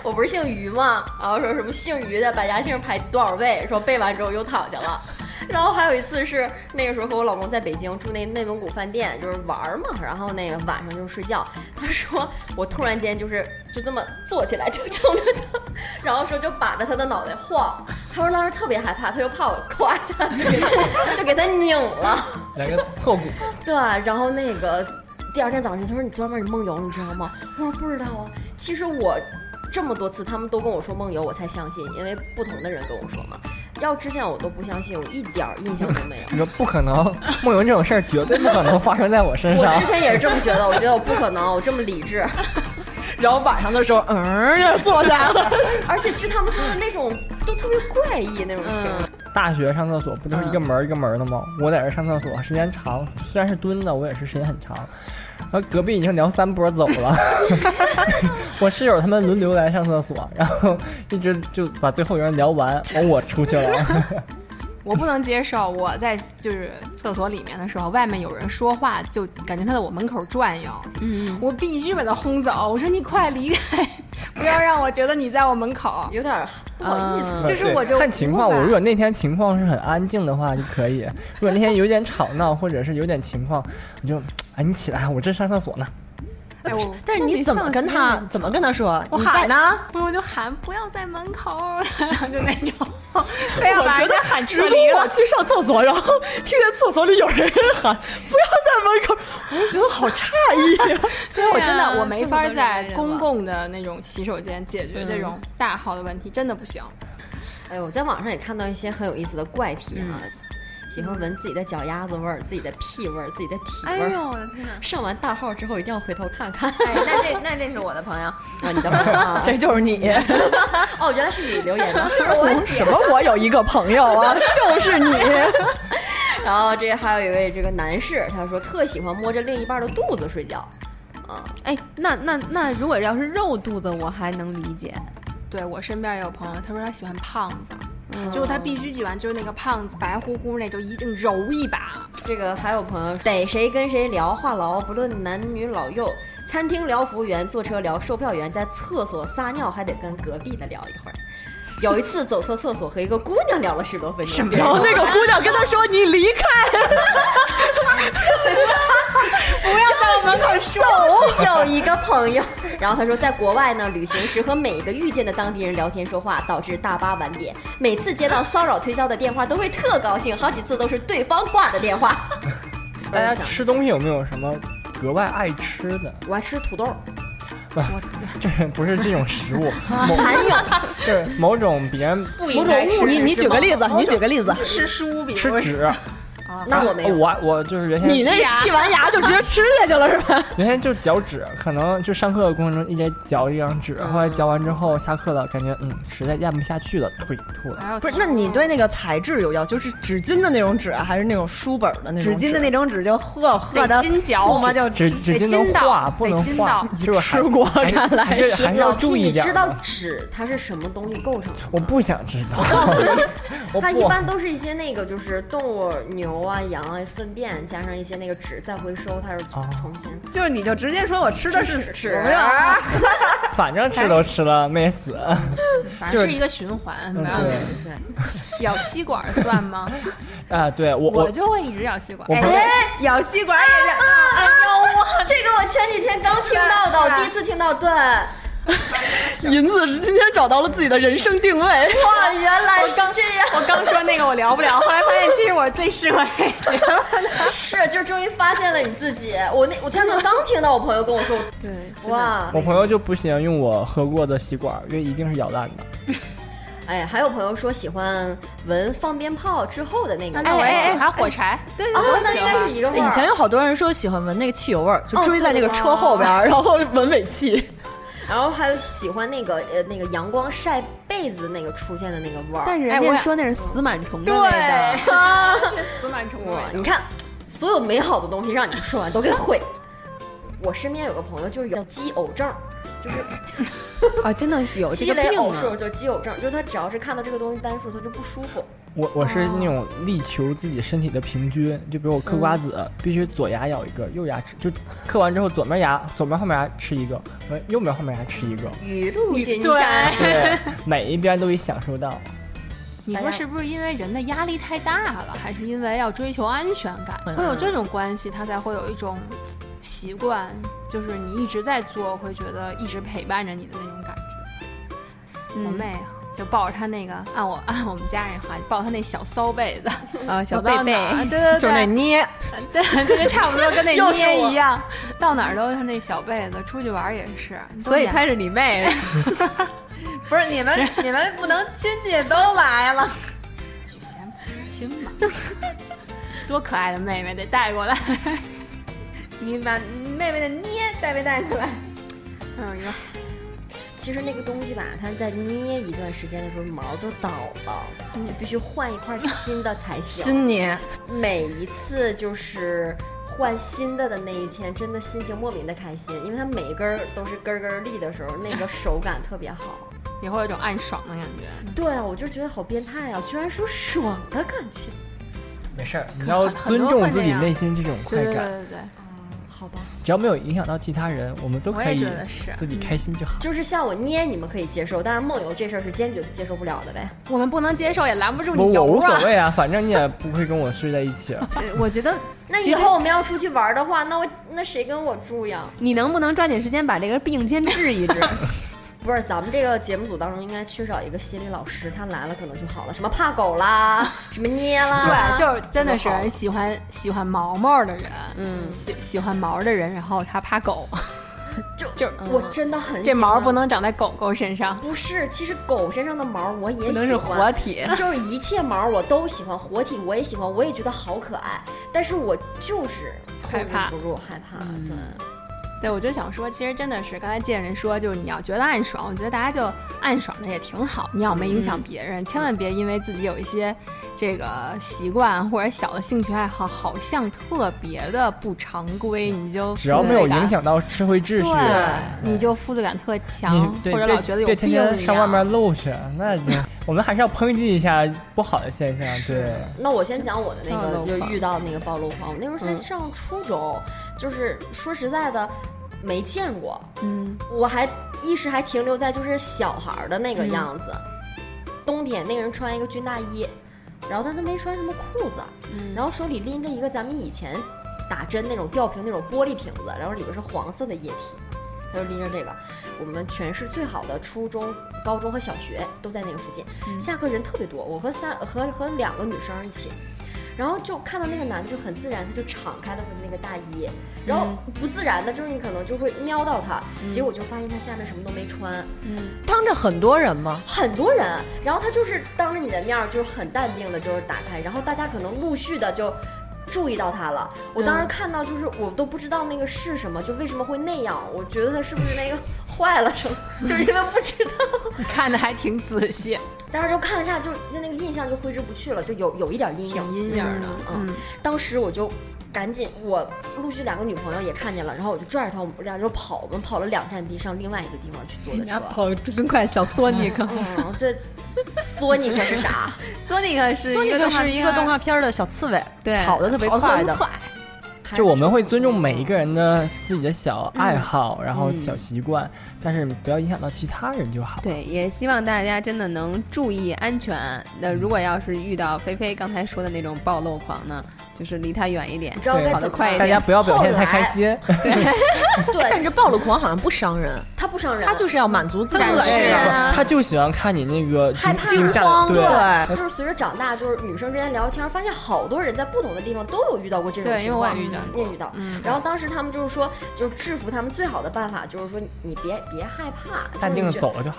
Speaker 1: 我不是姓于嘛，然后说什么姓于的百家姓排多少位，说背完之后又躺下了。然后还有一次是那个时候和我老公在北京住那内蒙古饭店，就是玩儿嘛，然后那个晚上就是睡觉。他说我突然间就是就这么坐起来，就冲着他， 然后说就把着他的脑袋晃。他说当时特别害怕，他就怕我垮下去，给他就给他 拧了。
Speaker 4: 来个错骨，
Speaker 1: 对，啊然后那个第二天早上起来，他说你昨天晚上你梦游了，你知道吗？我说不知道啊。其实我这么多次他们都跟我说梦游，我才相信，因为不同的人跟我说嘛。要之前我都不相信，我一点儿印象都 没有。
Speaker 4: 你说不可能，梦游这种事儿绝对不可能发生在我身上
Speaker 1: 我。之前也是这么觉得，我觉得我不可能，我这么理智。
Speaker 3: 然后晚上的时候，嗯，这坐下了。
Speaker 1: 而且据他们说的那种都特别怪异那种行为，
Speaker 4: 大学上厕所不
Speaker 2: 嗯
Speaker 4: 就是一个门儿一个门儿的吗？我在这儿上厕所时间长，虽然是蹲的，我也是时间很长。然后隔壁已经聊三波走 了， 我室友他们轮流来上厕所，然后一直就把最后一个人聊 完，完我出去了。
Speaker 2: 我不能接 受，我在就是厕所里面的时候，外面有人说话，就感觉他在我门口转悠。嗯，我必须把他轰走。我说你快离开，不要让我觉得你在我门口。
Speaker 1: 有点儿不好意思。
Speaker 4: 嗯
Speaker 2: 就是我就
Speaker 4: 对看情况，
Speaker 2: 无法
Speaker 4: 我如果那天情况是很安静的话就可以，如果那天有点吵闹或者是有点情况，我就哎你起来，我正上厕所呢。
Speaker 2: 哎，我
Speaker 3: 但是你怎么跟他？怎么跟他说？
Speaker 2: 我
Speaker 3: 你在
Speaker 2: 喊呢？不是，我就喊不要在门口，就那种。非要把人家喊撤离
Speaker 3: 我
Speaker 2: 了。
Speaker 3: 去上厕所，然后听见厕所里有人喊“不要在门口”，我就觉得好诧异呀、，
Speaker 2: 所以我真
Speaker 5: 对
Speaker 2: 的
Speaker 5: 啊
Speaker 2: 我没法在公
Speaker 5: 这么
Speaker 2: 共的那种洗手间解决这种大号的问题，真的不行。
Speaker 1: 哎，我在网上也看到一些很有意思的怪癖啊，喜欢闻自己的脚丫子味儿、自己的屁味儿、自己的体味儿。
Speaker 5: 我的哎天哪！
Speaker 1: 上完大号之后一定要回头看看。
Speaker 5: 哎，那这那这是我的朋 友，
Speaker 1: 啊，你的朋友 啊
Speaker 3: 这就是你。
Speaker 1: 哦，原来是你留言的。
Speaker 3: 什么？我有一个朋友啊，就是你。
Speaker 1: 然后这还有一位这个男士，他说特喜欢摸着另一半的肚子睡觉。啊，
Speaker 5: 哎，那那那如果要是肉肚子，我还能理解。
Speaker 2: 对我身边也有朋友，他说他喜欢胖子，就是他必须喜欢就是那个胖子白乎乎那，就一定揉一把。
Speaker 1: 这个还有朋友逮谁跟谁聊话痨，不论男女老幼，餐厅聊服务员，坐车聊售票员，在厕所撒尿还得跟隔壁的聊一会儿。有一次走错厕所，和一个姑娘聊了十多分钟。什么
Speaker 3: 然后那个姑娘跟他说：“你离开，
Speaker 1: 就是有一个朋友，然后他说在国外呢，旅行时和每一个遇见的当地人聊天说话，导致大巴晚点。每次接到骚扰推销的电话都会特高兴，好几次都是对方挂的电话。
Speaker 4: 大家吃东西有没有什么格外爱吃的？
Speaker 1: 我爱吃土豆，
Speaker 4: 就是不是这种食 物，某
Speaker 1: 蚕 蛹，
Speaker 4: 就是某种别人
Speaker 2: 不
Speaker 3: 某种物，你你举个例子，你举个例子，
Speaker 2: 吃书比
Speaker 4: 吃 纸。
Speaker 1: 啊那我没有。
Speaker 4: 我我就是原先
Speaker 3: 你那剔完牙就直接吃下去了是吧？
Speaker 4: 原先就嚼纸，可能就上课的过程中一直嚼一张纸，后来嚼完之后下课了，感觉嗯实在咽不下去了，吐一吐
Speaker 1: 啊
Speaker 4: 了。
Speaker 2: 还
Speaker 3: 不是，那你对那个材质有要求，就是纸巾的那种纸啊，还是那种书本的那种
Speaker 5: 纸巾的那种纸就呵呵的，
Speaker 2: 金嚼
Speaker 5: 唾沫就
Speaker 4: 纸纸巾能化，不能化，就是还
Speaker 3: 吃过
Speaker 4: 还
Speaker 3: 看来
Speaker 4: 还是还是要
Speaker 1: 老师，
Speaker 4: 注意
Speaker 1: 你
Speaker 4: 点
Speaker 1: 知道
Speaker 4: 儿。啊
Speaker 1: 纸它是什么东西构成的吗？
Speaker 4: 我不想知道，我
Speaker 1: 它一
Speaker 4: 不。
Speaker 1: 般都是一些那个，就是动物牛啊、羊啊粪便，加上一些那个纸再回收，它是
Speaker 4: 哦
Speaker 1: 重新。
Speaker 5: 就是你就直接说我吃的是
Speaker 1: 纸
Speaker 5: 我没有啊
Speaker 4: 反正吃都吃了，没死。
Speaker 1: 嗯
Speaker 2: 反
Speaker 4: 就
Speaker 2: 正
Speaker 4: 是
Speaker 2: 是一个循环，
Speaker 4: 嗯
Speaker 2: 不要
Speaker 4: 对
Speaker 2: 咬吸管算吗？
Speaker 4: 啊，对我
Speaker 2: 我
Speaker 4: 我
Speaker 2: 就会一直咬吸管
Speaker 4: 我。不
Speaker 5: 哎，咬吸管也是。
Speaker 1: 啊这个我前几天刚听到的，我第一次听到。对，哇，
Speaker 3: 银子今天找到了自己的人生 定位，
Speaker 1: 原来是这样。
Speaker 2: 我刚说那个我聊不了，后来发现其实我最适合那 个。
Speaker 1: 是，就是终于发现了你自己。我那我前两天刚听到我朋友跟我说，
Speaker 2: 对，
Speaker 1: 哇，
Speaker 4: 我朋友就不喜欢用我喝过的吸管，因为一定是咬烂的。
Speaker 1: 哎，还有朋友说喜欢闻放鞭炮之后的啊那个味
Speaker 2: 那
Speaker 1: 儿，
Speaker 2: 那我也
Speaker 5: 哎
Speaker 2: 喜欢火柴，
Speaker 5: 对
Speaker 1: 哦
Speaker 5: 对，对
Speaker 1: 那应该是一个
Speaker 4: 哎
Speaker 1: 味儿。
Speaker 3: 以前有好多人说喜欢闻那个汽油味儿，就
Speaker 1: 哦
Speaker 3: 追在那个车后边儿，然后闻尾气。
Speaker 1: 然后还有喜欢那个呃那个阳光晒被子那个出现的那个味儿。
Speaker 5: 但人家说那是死螨虫的 味道。
Speaker 1: 对，
Speaker 2: 死螨虫
Speaker 1: 哇，你看，所有美好的东西让你们说完都给毁。 我身边有个朋友就是有鸡偶症，
Speaker 5: 啊，真的是有这
Speaker 1: 积
Speaker 5: 个
Speaker 1: 累
Speaker 5: 病
Speaker 1: 偶
Speaker 5: 啊！
Speaker 1: 数就是鸡偶症，就是他只要是看到这个东西单数，他就不舒服。
Speaker 4: 我我是
Speaker 2: 哦
Speaker 4: 那种力求自己身体的平均，就比如我嗑
Speaker 2: 嗯
Speaker 4: 瓜子，必须左牙咬一个，右牙吃，就嗑完之后左面牙左面后面牙吃一个，呃右面后面牙吃一个，
Speaker 2: 嗯
Speaker 1: 雨
Speaker 5: 嗯
Speaker 1: 露均沾。
Speaker 2: 对，
Speaker 4: 对，每一边都得享受到。
Speaker 2: 你说是不是因为人的压力太大了，还是因为要追求安全感，会有这种关系，他才会有一种习惯，就是你一直在做，会觉得一直陪伴着你的那种感觉。我妹就抱着她那个，按我按我们家人话，抱着她那小骚被子，
Speaker 5: 啊，小
Speaker 2: 走
Speaker 5: 贝
Speaker 2: 到
Speaker 5: 贝，
Speaker 2: 哪儿对对对，
Speaker 3: 就是那捏，
Speaker 2: 对， 就是差不多跟那
Speaker 3: 又是
Speaker 2: 捏
Speaker 3: 我
Speaker 2: 一样，到哪儿都是那小被子，出去玩儿也是。
Speaker 5: 所以
Speaker 2: 他
Speaker 5: 她是你 妹。不是你们，你们不能亲戚都来了。
Speaker 2: 举贤不如亲 嘛，多可爱的妹妹得带过来。
Speaker 5: 你把妹妹的捏带没带过来？
Speaker 2: 嗯，有
Speaker 1: 其实那个东西吧，它在捏一段时间的时候毛就倒了，
Speaker 5: 嗯
Speaker 1: 你必须换一块新的才行。
Speaker 3: 新捏，
Speaker 1: 每一次就是换新的的那一天，真的心情莫名的开心，因为它每一根儿都是根儿根儿立的时候，那个手感特别好。
Speaker 2: 也会有一种暗爽的感觉。
Speaker 1: 对啊，我就觉得好变态啊，居然是有爽的感觉。
Speaker 4: 没事儿，你
Speaker 2: 可
Speaker 4: 要
Speaker 2: 很很
Speaker 4: 尊
Speaker 2: 多
Speaker 4: 重
Speaker 2: 会
Speaker 4: 自
Speaker 2: 这
Speaker 4: 己
Speaker 2: 样
Speaker 4: 内心这种快
Speaker 2: 对
Speaker 4: 感，
Speaker 2: 对对，
Speaker 1: 好吧，
Speaker 4: 只要没有影响到其他人，我们都
Speaker 2: 我
Speaker 4: 可
Speaker 2: 也
Speaker 4: 以
Speaker 2: 觉得是嗯
Speaker 4: 自己开心就好。
Speaker 1: 就是像我捏你们可以接受，但是梦游这事儿是坚决接受不了的呗。
Speaker 2: 我们不能接受，也拦不住
Speaker 4: 我
Speaker 2: 你
Speaker 4: 我
Speaker 2: 游
Speaker 4: 无所
Speaker 2: 啊。
Speaker 4: 谓啊，反正你也不会跟我睡在一起。
Speaker 5: 呃我觉得
Speaker 1: 那
Speaker 5: 其
Speaker 1: 以
Speaker 5: 实
Speaker 1: 后我们要出去玩的话，那我那谁跟我住呀？
Speaker 5: 你能不能抓紧时间把这个病先治一治？
Speaker 1: 不是，咱们这个节目组当中应该缺少一个心理老师，他来了可能就好了。什么怕狗啦， 什么捏啦，
Speaker 2: 对，就是真的是喜欢喜欢毛毛的人，嗯，喜喜欢毛的人，然后他怕狗，
Speaker 1: 就嗯
Speaker 2: 就
Speaker 1: 我真的很
Speaker 2: 这毛不
Speaker 1: 能
Speaker 2: 能长在狗狗身上。
Speaker 1: 不是，其实狗身上的毛我也
Speaker 5: 不能
Speaker 1: 喜
Speaker 5: 是
Speaker 1: 欢
Speaker 5: 活体。
Speaker 1: 就是一切毛我都喜欢，活体我也喜欢，我也觉得好可爱，但是我就是控
Speaker 2: 害
Speaker 1: 制
Speaker 2: 怕
Speaker 1: 不住害怕，对，
Speaker 2: 对，我就想说，其实真的是刚才见人说，就是你要觉得暗爽，我觉得大家就暗爽的也挺好。你要没影响别人，千万别因为自己有一些这个习惯或者小的兴趣爱好，好像特别的不常规，你就
Speaker 4: 只要没有
Speaker 2: 负罪感
Speaker 4: 影，响到社会秩序，嗯
Speaker 2: 对，你就负罪感特强
Speaker 4: 你，对
Speaker 2: 或者老觉得有
Speaker 4: 别天
Speaker 2: 病一样。
Speaker 4: 天上外面露去，那你我们还是要抨击一下不好的现象，对。
Speaker 1: 那我先讲我的那
Speaker 5: 暴
Speaker 1: 个，
Speaker 5: 露
Speaker 1: 就是
Speaker 5: 狂
Speaker 1: 遇到那个暴露狂，我那时候才
Speaker 5: 嗯
Speaker 1: 上初中，就是说实在的，没见过，
Speaker 2: 嗯，
Speaker 1: 我还意识还停留在就是小孩儿的那个
Speaker 2: 嗯
Speaker 1: 样子。冬天那个人穿一个军大衣，然后但他没穿什么裤子，
Speaker 5: 嗯
Speaker 1: 然后手里拎着一个咱们以前打针那种吊瓶那种玻璃瓶子，然后里边是黄色的液体，他就拎着这个。我们全市最好的初中、高中和小学都在那个附近，下课人特别多。我和三和和两个女生一起，然后就看到那个男的就很自然，他就敞开了他的那个大衣，然后不自然的就是你可能就会瞄到他，结果就发现他下面什么都没穿，
Speaker 3: 当着很多人吗？
Speaker 1: 很多人，然后他就是当着你的面儿就是很淡定的，就是打开，然后大家可能陆续的就。注意到他了，我当
Speaker 2: 嗯
Speaker 1: 时看到就是我都不知道那个是什么，就为什么会那样，我觉得他是不是那个坏了什么， 就是因为不知道，
Speaker 2: 你看的还挺仔细，
Speaker 1: 当时就看一下就那那个印象就挥之不去了，就有有一点阴影，
Speaker 2: 挺阴影的。
Speaker 1: 嗯
Speaker 2: 嗯，
Speaker 1: 当时我就赶紧，我陆续两个女朋友也看见了，然后我就拽着她，我们俩就跑，我们跑了两站地，上另外一个地方去坐的
Speaker 5: 然后
Speaker 1: 车。
Speaker 5: 跑得更快，小索尼克，
Speaker 1: 嗯，这 索尼克是啥？
Speaker 5: 索尼克是
Speaker 3: 说
Speaker 5: 一
Speaker 3: 你
Speaker 5: 个动画
Speaker 3: 是一个动画片儿的小刺猬，
Speaker 5: 对
Speaker 3: 跑得特别
Speaker 5: 片儿，跑
Speaker 3: 快
Speaker 5: 得
Speaker 3: 的
Speaker 5: 很，快，
Speaker 4: 就我们会尊重每一个人的自己的小爱好，然后小习惯，但是不要影响到其他人就好。
Speaker 5: 对，也希望大家真的能注意安全。那如果要是遇到菲菲刚才说的那种暴露狂呢，就是离他远一点
Speaker 1: 你。知道该
Speaker 4: 对
Speaker 1: 怎么
Speaker 5: 快一
Speaker 1: 办
Speaker 5: 点
Speaker 4: 大家不要表现得太开心，
Speaker 1: 对，
Speaker 3: 但是暴露狂好像不伤人，
Speaker 1: 他不伤人，
Speaker 3: 他就是要满足自己
Speaker 1: 他
Speaker 3: 的
Speaker 1: 恶心
Speaker 3: 这
Speaker 5: 啊
Speaker 3: 个。
Speaker 4: 他就喜欢看你那个
Speaker 1: 害
Speaker 4: 惊
Speaker 1: 怕
Speaker 4: 惊吓的，
Speaker 3: 对，
Speaker 1: 就是随着长大，就是女生之间聊天，发现好多人在不同的地方都有遇到过这种
Speaker 2: 对因
Speaker 1: 情
Speaker 2: 为我也
Speaker 1: 况，
Speaker 2: 遇到
Speaker 1: 你也遇到。然后当时他们就是说，就是制服他们最好的办法就是说，你别别害怕，
Speaker 4: 淡定
Speaker 1: 的
Speaker 4: 的走，了就好，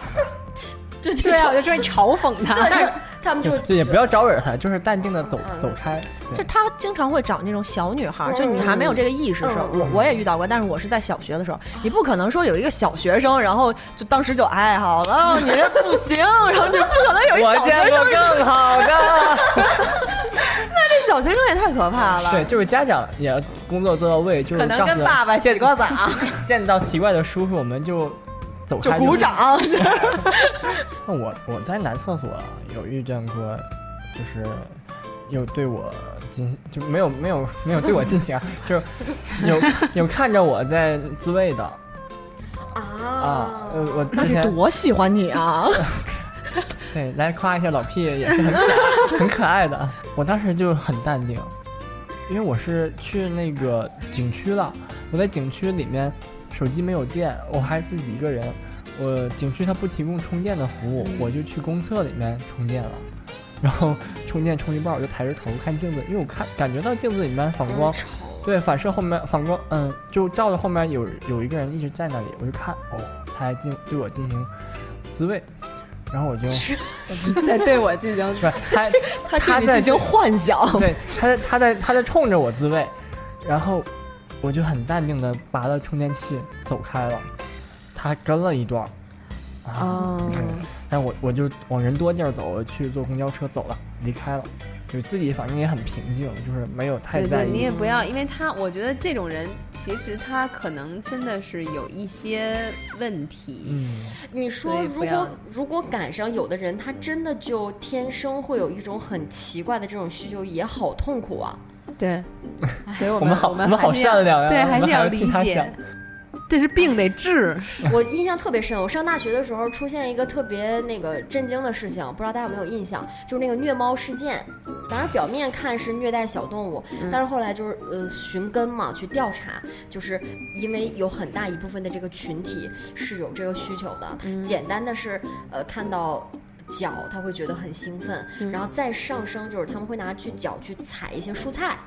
Speaker 1: 就就
Speaker 2: 对啊，我就说你嘲讽他，
Speaker 1: 对，就是他们就
Speaker 4: 对，也不要招惹他，就是淡定的走
Speaker 1: 嗯嗯
Speaker 4: 走开。
Speaker 3: 就
Speaker 4: 对
Speaker 3: 他经常会找那种小女孩儿，
Speaker 1: 嗯
Speaker 3: 就你还没有这个意识的时候，
Speaker 1: 嗯
Speaker 3: 我我也遇到过，但是我是在小学的时候，你不可能说有一个小学生，然后就当时就哎好了，你这不行，然后你不可能有一
Speaker 4: 我
Speaker 3: 小学
Speaker 4: 见过
Speaker 3: 生，
Speaker 4: 更好的。
Speaker 3: 这小学生也太可怕了。
Speaker 4: 对，就是家长也要工作做到位，就是
Speaker 5: 可能
Speaker 4: 告诉
Speaker 5: 跟
Speaker 4: 他
Speaker 5: 爸爸洗
Speaker 4: 见
Speaker 5: 过澡，
Speaker 4: 见到奇怪的叔叔，我们就走
Speaker 3: 就
Speaker 4: 开，
Speaker 3: 鼓。掌，嗯
Speaker 4: 那我我在男厕所啊有遇见过，就是有对我进就没有没有没有对我进行啊，就是有有看着我在自慰的啊
Speaker 1: 啊，
Speaker 4: 呃，我
Speaker 3: 那
Speaker 4: 之
Speaker 3: 得
Speaker 4: 前
Speaker 3: 多喜欢你啊！
Speaker 4: 对来夸一下老屁也是很可爱很可爱的，我当时就很淡定，因为我是去那个景区了，我在景区里面手机没有电，我还自己一个人。我景区它不提供充电的服务，我就去公厕里面充电了。然后充电充一半，我就抬着头看镜子，因为我看感觉到镜子里面反光，对，反射后面反光，嗯，就照着后面有有一个人一直在那里，我就看，哦，他还进对我进行自慰，然后我就是
Speaker 5: 在对我进行
Speaker 4: 吧？他
Speaker 3: 他
Speaker 4: 他
Speaker 3: 对你
Speaker 4: 在
Speaker 3: 进行幻想，
Speaker 4: 对，他在他在他在冲着我自慰，然后我就很淡定的拔了充电器走开了，他跟了一段儿，啊，
Speaker 5: 哦
Speaker 4: 嗯但我我就往人多地儿走，我去坐公交车走了，离开了，就自己反正也很平静，就是没有太
Speaker 5: 对
Speaker 4: 在
Speaker 5: 对，你
Speaker 4: 意
Speaker 5: 也。不要，因为他，我觉得这种人其实他可能真的是有一些问题。
Speaker 4: 嗯，
Speaker 1: 你说
Speaker 5: 所以
Speaker 1: 如
Speaker 5: 不要
Speaker 1: 果如果赶上有的人，他真的就天生会有一种很奇怪的这种需求，也好痛苦啊。
Speaker 5: 对，所以我
Speaker 4: 我
Speaker 5: 们
Speaker 4: 们好，
Speaker 5: 我
Speaker 4: 我
Speaker 5: 们
Speaker 4: 好
Speaker 5: 还是要
Speaker 4: 善良呀，啊
Speaker 5: 对，
Speaker 4: 我们
Speaker 5: 是要
Speaker 4: 要
Speaker 5: 理
Speaker 4: 替他想
Speaker 5: 解。。这是病得 治，
Speaker 1: 我印象特别深，我上大学的时候出现一个特别那个震惊的事情，不知道大家有没有印象，就是那个虐猫事件。当然表面看是虐待小动物，但是后来就是呃寻根嘛，去调查，就是因为有很大一部分的这个群体是有这个需求的。简单的是呃看到。脚他会觉得很兴奋，然后再上升就是他们会拿去脚去踩一些蔬菜，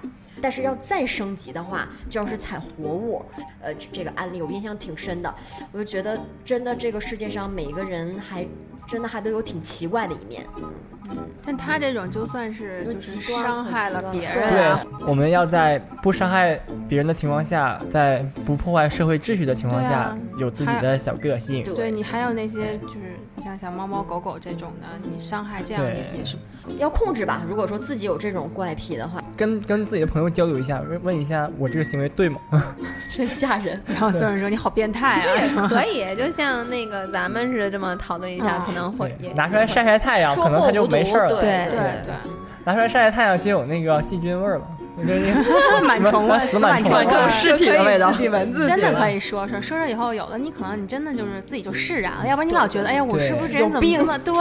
Speaker 1: 但是要再升级的话，就要是采活物。呃，这这个案例我印象挺深的，我就觉得真的这个世界上每一个人还真的还都有挺奇怪的一面。嗯
Speaker 2: 但他这种就算是
Speaker 1: 就
Speaker 2: 就是
Speaker 1: 极端
Speaker 2: 伤害了别
Speaker 1: 很极
Speaker 2: 人
Speaker 4: 对
Speaker 2: 啊，，
Speaker 4: 我们要在不伤害别人的情况下，在不破坏社会秩序的情况
Speaker 2: 对
Speaker 4: 下
Speaker 2: 啊，
Speaker 4: 有自己的小个性。
Speaker 1: 对
Speaker 2: 对你还有那些就是像小猫猫狗狗这种的，你伤害这样
Speaker 4: 对
Speaker 2: 也也是
Speaker 1: 要控制吧。如果说自己有这种怪癖的话，
Speaker 4: 跟跟自己的朋友交流一下，问问一下我这个行为对吗？
Speaker 1: 真吓人。
Speaker 2: 然后所有人说你好变态
Speaker 5: 其
Speaker 4: 哎
Speaker 5: 实也
Speaker 2: 啊！
Speaker 5: 可以，就像那个咱们是这么讨论一下，
Speaker 2: 嗯
Speaker 5: 可能会也
Speaker 4: 啊拿出来晒晒太阳，
Speaker 1: 说
Speaker 4: 可能
Speaker 1: 破
Speaker 4: 它就
Speaker 1: 无毒
Speaker 4: 没事儿了。
Speaker 5: 对
Speaker 2: 对
Speaker 4: 对
Speaker 2: 对，
Speaker 4: 拿出来晒晒太阳，就有那个细菌味儿了。
Speaker 2: 对螨虫
Speaker 4: 那
Speaker 2: 啊，
Speaker 4: 死
Speaker 2: 死
Speaker 4: 螨
Speaker 2: 螨
Speaker 4: 虫
Speaker 2: 虫
Speaker 4: 啊
Speaker 2: 啊，
Speaker 3: 尸体的味道
Speaker 5: 自己闻自己
Speaker 2: 真的可
Speaker 5: 以。
Speaker 2: 以说说说说以后，有的你可能你真的就是自己就释然了，要不然你老觉得哎呀，我是不是这人怎么这么对？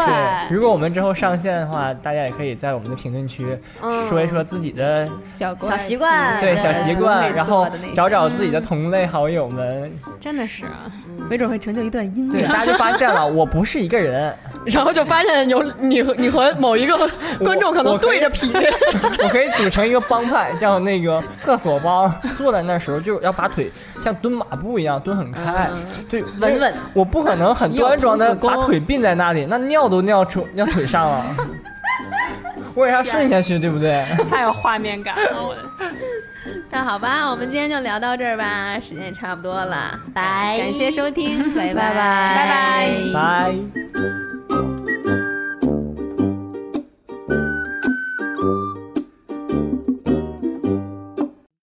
Speaker 4: 如果我们之后上线的话，大家也可以在我们的评论区
Speaker 1: 嗯
Speaker 5: 嗯
Speaker 4: 说一说自己的
Speaker 5: 小
Speaker 1: 小习惯
Speaker 4: 对
Speaker 1: 对
Speaker 4: 小习惯，
Speaker 5: 哎对
Speaker 4: 然后
Speaker 5: 自我的那些嗯
Speaker 4: 找找自己的同类好友们。
Speaker 2: 真的是啊，
Speaker 5: 没准会成就一段姻
Speaker 4: 对，
Speaker 5: 缘。
Speaker 4: 大家就发现了，我不是一个人，
Speaker 3: 然后就发现有你和你和某一个观众可能对着 匹配，
Speaker 4: 我可以组成一个帮派，叫那个厕所帮。坐在那时候就要把腿像蹲马步一样蹲很开，对，
Speaker 1: 嗯稳稳。
Speaker 4: 我不可能很端 庄的
Speaker 5: 有童子
Speaker 4: 把
Speaker 5: 功
Speaker 4: 腿并在那里，那尿都尿出尿腿上了，我也要顺下去，
Speaker 1: 啊
Speaker 4: 对 不对？
Speaker 2: 太有画面感了，我的。
Speaker 5: 那好吧，我们今天就聊到这儿吧，时间也差不多了，
Speaker 1: 拜
Speaker 5: 感谢收听，拜拜
Speaker 1: 拜拜
Speaker 5: 拜
Speaker 4: 拜。